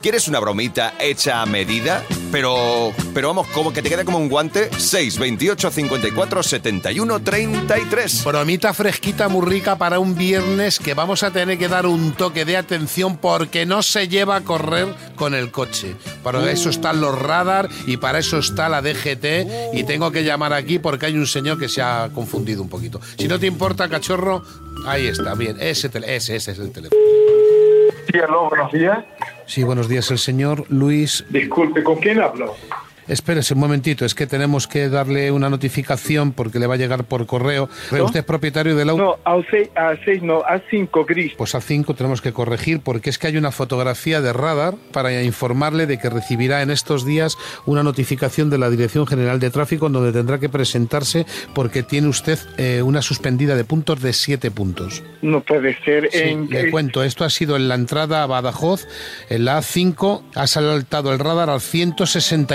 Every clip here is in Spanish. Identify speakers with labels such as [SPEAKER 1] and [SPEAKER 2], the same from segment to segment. [SPEAKER 1] ¿Quieres una bromita hecha a medida? Pero, pero vamos, como que te queda como un guante. 6, 28, 54, 71, 33.
[SPEAKER 2] Bromita fresquita muy rica para un viernes que vamos a tener que dar un toque de atención porque no se lleva a correr con el coche. Para eso están los radar y para eso está la DGT y tengo que llamar aquí porque hay un señor que se ha confundido un poquito. Si no te importa, cachorro, ahí está, bien, ese, tel- ese, ese es el teléfono.
[SPEAKER 3] Sí, aló, buenos días.
[SPEAKER 2] Sí, buenos días, el señor Luis.
[SPEAKER 3] Disculpe, ¿con quién hablo?
[SPEAKER 2] Espérese un momentito, es que tenemos que darle una notificación porque le va a llegar por correo. Usted es propietario del auto.
[SPEAKER 3] No, A6, A6 no, A5 gris.
[SPEAKER 2] Pues a 5 tenemos que corregir porque es que hay una fotografía de radar para informarle de que recibirá en estos días una notificación de la Dirección General de Tráfico en donde tendrá que presentarse porque tiene usted eh, una suspendida de puntos de 7 puntos.
[SPEAKER 3] No puede ser.
[SPEAKER 2] Sí,
[SPEAKER 3] en,
[SPEAKER 2] le
[SPEAKER 3] eh,
[SPEAKER 2] cuento, esto ha sido en la entrada a Badajoz, en la A5 ha saltado el radar al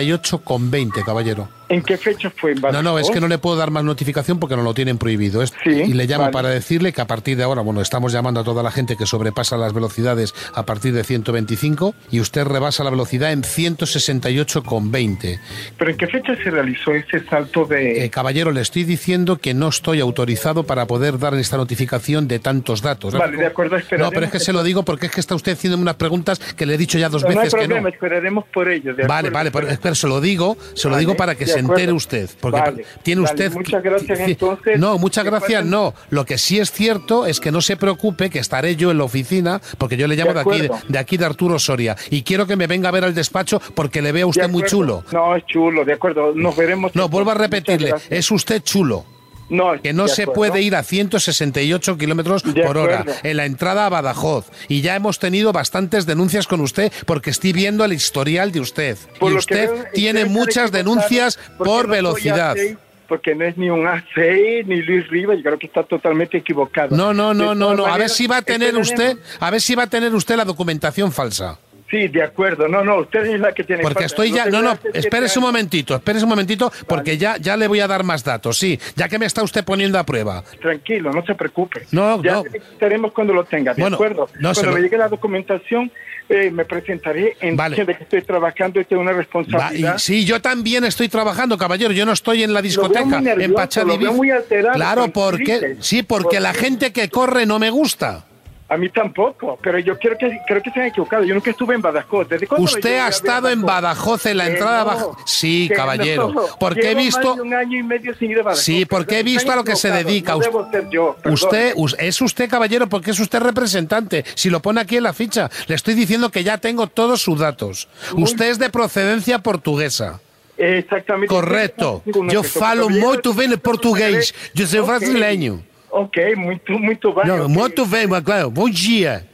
[SPEAKER 2] 168,20, caballero.
[SPEAKER 3] ¿En qué fecha fue? ¿En
[SPEAKER 2] No, no, es que no le puedo dar más notificación porque no lo tienen prohibido. Es-
[SPEAKER 3] Sí,
[SPEAKER 2] y le llamo
[SPEAKER 3] vale.
[SPEAKER 2] para decirle que a partir de ahora, bueno, estamos llamando a toda la gente que sobrepasa las velocidades a partir de 125 y usted rebasa la velocidad en 168,20.
[SPEAKER 3] ¿Pero en qué fecha se realizó ese salto de...?
[SPEAKER 2] Eh, caballero, le estoy diciendo que no estoy autorizado para poder dar esta notificación de tantos datos.
[SPEAKER 3] Vale, de acuerdo,
[SPEAKER 2] No,
[SPEAKER 3] esperaremos.
[SPEAKER 2] pero es que se lo digo porque es que está usted haciéndome unas preguntas que le he dicho ya dos
[SPEAKER 3] No, no hay
[SPEAKER 2] veces que
[SPEAKER 3] problema,
[SPEAKER 2] no.
[SPEAKER 3] esperaremos por ello. de
[SPEAKER 2] Vale,
[SPEAKER 3] acuerdo.
[SPEAKER 2] vale, pero, pero se lo digo, se lo
[SPEAKER 3] Vale,
[SPEAKER 2] digo para que
[SPEAKER 3] de
[SPEAKER 2] se
[SPEAKER 3] acuerdo.
[SPEAKER 2] entere usted, porque
[SPEAKER 3] Vale,
[SPEAKER 2] tiene
[SPEAKER 3] vale,
[SPEAKER 2] usted
[SPEAKER 3] muchas gracias,
[SPEAKER 2] ti- ti-
[SPEAKER 3] entonces.
[SPEAKER 2] No, muchas
[SPEAKER 3] Que
[SPEAKER 2] gracias,
[SPEAKER 3] pasen-
[SPEAKER 2] no. Lo que sí es cierto es que no se preocupe que estaré yo en la oficina, porque yo le llamo de,
[SPEAKER 3] De
[SPEAKER 2] aquí de,
[SPEAKER 3] acuerdo.
[SPEAKER 2] de aquí de Arturo Soria y quiero que me venga a ver al despacho porque le veo a
[SPEAKER 3] De
[SPEAKER 2] usted muy
[SPEAKER 3] acuerdo.
[SPEAKER 2] chulo.
[SPEAKER 3] No, es chulo, de acuerdo, nos veremos.
[SPEAKER 2] No,
[SPEAKER 3] entonces.
[SPEAKER 2] vuelvo a
[SPEAKER 3] Muchas
[SPEAKER 2] repetirle,
[SPEAKER 3] gracias.
[SPEAKER 2] es usted chulo.
[SPEAKER 3] no,
[SPEAKER 2] Que no
[SPEAKER 3] de
[SPEAKER 2] se
[SPEAKER 3] acuerdo.
[SPEAKER 2] puede ir a 168 kilómetros
[SPEAKER 3] De
[SPEAKER 2] por hora
[SPEAKER 3] acuerdo.
[SPEAKER 2] en la entrada a Badajoz. Y ya hemos tenido bastantes denuncias con usted porque estoy viendo el historial de usted.
[SPEAKER 3] Por
[SPEAKER 2] y
[SPEAKER 3] lo que
[SPEAKER 2] usted
[SPEAKER 3] veo,
[SPEAKER 2] tiene
[SPEAKER 3] ustedes
[SPEAKER 2] muchas
[SPEAKER 3] están
[SPEAKER 2] denuncias
[SPEAKER 3] equivocados porque
[SPEAKER 2] por
[SPEAKER 3] no soy
[SPEAKER 2] velocidad.
[SPEAKER 3] A6, Porque no es ni un A6 ni Luis Rivas, yo creo que está totalmente equivocado.
[SPEAKER 2] No, no,
[SPEAKER 3] De
[SPEAKER 2] no, no,
[SPEAKER 3] todas
[SPEAKER 2] no. A ver
[SPEAKER 3] maneras, este
[SPEAKER 2] si va a tener
[SPEAKER 3] esperaremos.
[SPEAKER 2] usted, a ver si va a tener usted la documentación falsa.
[SPEAKER 3] Sí, de acuerdo. No, no, usted es la que tiene
[SPEAKER 2] Porque
[SPEAKER 3] falta.
[SPEAKER 2] estoy ya,
[SPEAKER 3] tengo
[SPEAKER 2] no, no,
[SPEAKER 3] hace siete
[SPEAKER 2] espérese un
[SPEAKER 3] años.
[SPEAKER 2] momentito, espérese un momentito, porque
[SPEAKER 3] Vale.
[SPEAKER 2] ya, ya le voy a dar más datos, sí, ya que me está usted poniendo a prueba.
[SPEAKER 3] Tranquilo, no se preocupe.
[SPEAKER 2] No,
[SPEAKER 3] ya
[SPEAKER 2] no.
[SPEAKER 3] estaremos cuando lo tenga, ¿de
[SPEAKER 2] Bueno,
[SPEAKER 3] acuerdo?
[SPEAKER 2] no se
[SPEAKER 3] cuando
[SPEAKER 2] lo-
[SPEAKER 3] me llegue la documentación, eh, me presentaré en
[SPEAKER 2] Vale.
[SPEAKER 3] de que estoy trabajando y tengo una
[SPEAKER 2] Va, y
[SPEAKER 3] responsabilidad.
[SPEAKER 2] sí, yo también estoy trabajando, caballero. Yo no estoy en la discoteca,
[SPEAKER 3] veo muy nervioso,
[SPEAKER 2] en Pachá
[SPEAKER 3] lo
[SPEAKER 2] Diviz.
[SPEAKER 3] veo muy alterado,
[SPEAKER 2] Claro,
[SPEAKER 3] tan
[SPEAKER 2] porque
[SPEAKER 3] triste.
[SPEAKER 2] sí, porque la gente que corre no me gusta.
[SPEAKER 3] A mí tampoco, pero yo quiero que, creo que se han equivocado. Yo nunca estuve en Badajoz. ¿Desde cuándo yo
[SPEAKER 2] Usted
[SPEAKER 3] llegué
[SPEAKER 2] ha
[SPEAKER 3] a
[SPEAKER 2] estado en Badajoz en la
[SPEAKER 3] Que
[SPEAKER 2] entrada a
[SPEAKER 3] no,
[SPEAKER 2] Badajoz. Sí,
[SPEAKER 3] que
[SPEAKER 2] caballero,
[SPEAKER 3] no.
[SPEAKER 2] porque he
[SPEAKER 3] Llevo más
[SPEAKER 2] visto-
[SPEAKER 3] de un año y medio sin ir a Badajoz.
[SPEAKER 2] Sí, porque he
[SPEAKER 3] Perdón,
[SPEAKER 2] visto a lo que se
[SPEAKER 3] están equivocados,
[SPEAKER 2] dedica.
[SPEAKER 3] No debo ser yo. perdón.
[SPEAKER 2] Usted us- es usted, caballero, porque es usted representante. Si lo pone aquí en la ficha, le estoy diciendo que ya tengo todos sus datos. Usted es de procedencia portuguesa.
[SPEAKER 3] Exactamente.
[SPEAKER 2] Correcto. Yo falo muito bem o português. Eu sou brasileiro.
[SPEAKER 3] Ok, muito, muito bem.
[SPEAKER 2] No,
[SPEAKER 3] ok.
[SPEAKER 2] muito bem, mas claro. Bom dia.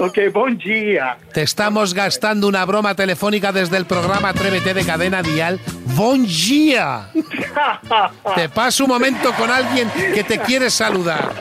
[SPEAKER 3] Ok, buen día.
[SPEAKER 2] Te estamos gastando una broma telefónica desde el programa Atrévete de Cadena Dial. ¡Bon día! Te paso un momento con alguien que te quiere saludar.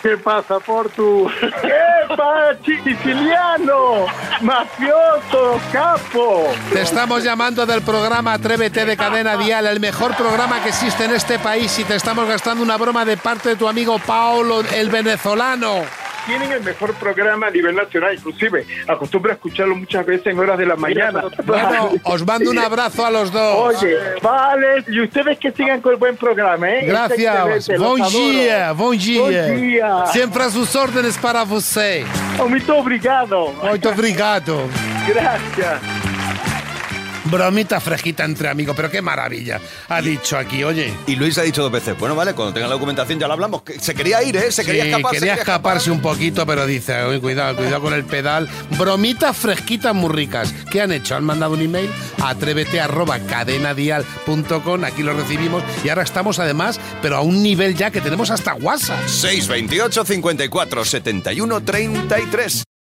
[SPEAKER 3] ¿Qué pasa, Portu? ¿Qué pasa, siciliano? Mafioso, capo.
[SPEAKER 2] Te estamos llamando del programa Atrévete de Cadena Dial, el mejor programa que existe en este país y te estamos gastando una broma de parte de tu amigo Paolo, el venezolano.
[SPEAKER 3] Tienen el mejor programa a nivel nacional, inclusive. Acostumbro a escucharlo muchas veces en horas de la mañana.
[SPEAKER 2] Bueno, os mando un abrazo a los dos.
[SPEAKER 3] Oye, vale. Y ustedes que sigan con el buen programa, ¿eh?
[SPEAKER 2] Gracias.
[SPEAKER 3] Excelente, los
[SPEAKER 2] Bom
[SPEAKER 3] adoro.
[SPEAKER 2] dia, bom
[SPEAKER 3] Bom dia.
[SPEAKER 2] dia. Siempre a sus órdenes para você.
[SPEAKER 3] Muito obrigado.
[SPEAKER 2] Muito obrigado.
[SPEAKER 3] Gracias.
[SPEAKER 2] Bromita fresquita entre amigos, pero qué maravilla. Ha dicho aquí, oye.
[SPEAKER 1] Y Luis ha dicho dos veces, bueno, vale, cuando tenga la documentación ya la hablamos. Que Se quería ir, ¿eh? Se quería
[SPEAKER 2] Sí,
[SPEAKER 1] escapar. se
[SPEAKER 2] quería escaparse un poquito, pero dice, "Uy, cuidado, cuidado con el pedal. Bromitas fresquitas muy ricas. ¿Qué han hecho? Han mandado un email a atrévete arroba cadenadial.com. Aquí lo recibimos y ahora estamos además, pero a un nivel ya que tenemos hasta WhatsApp.
[SPEAKER 1] 6, 28, 54, 71, 33.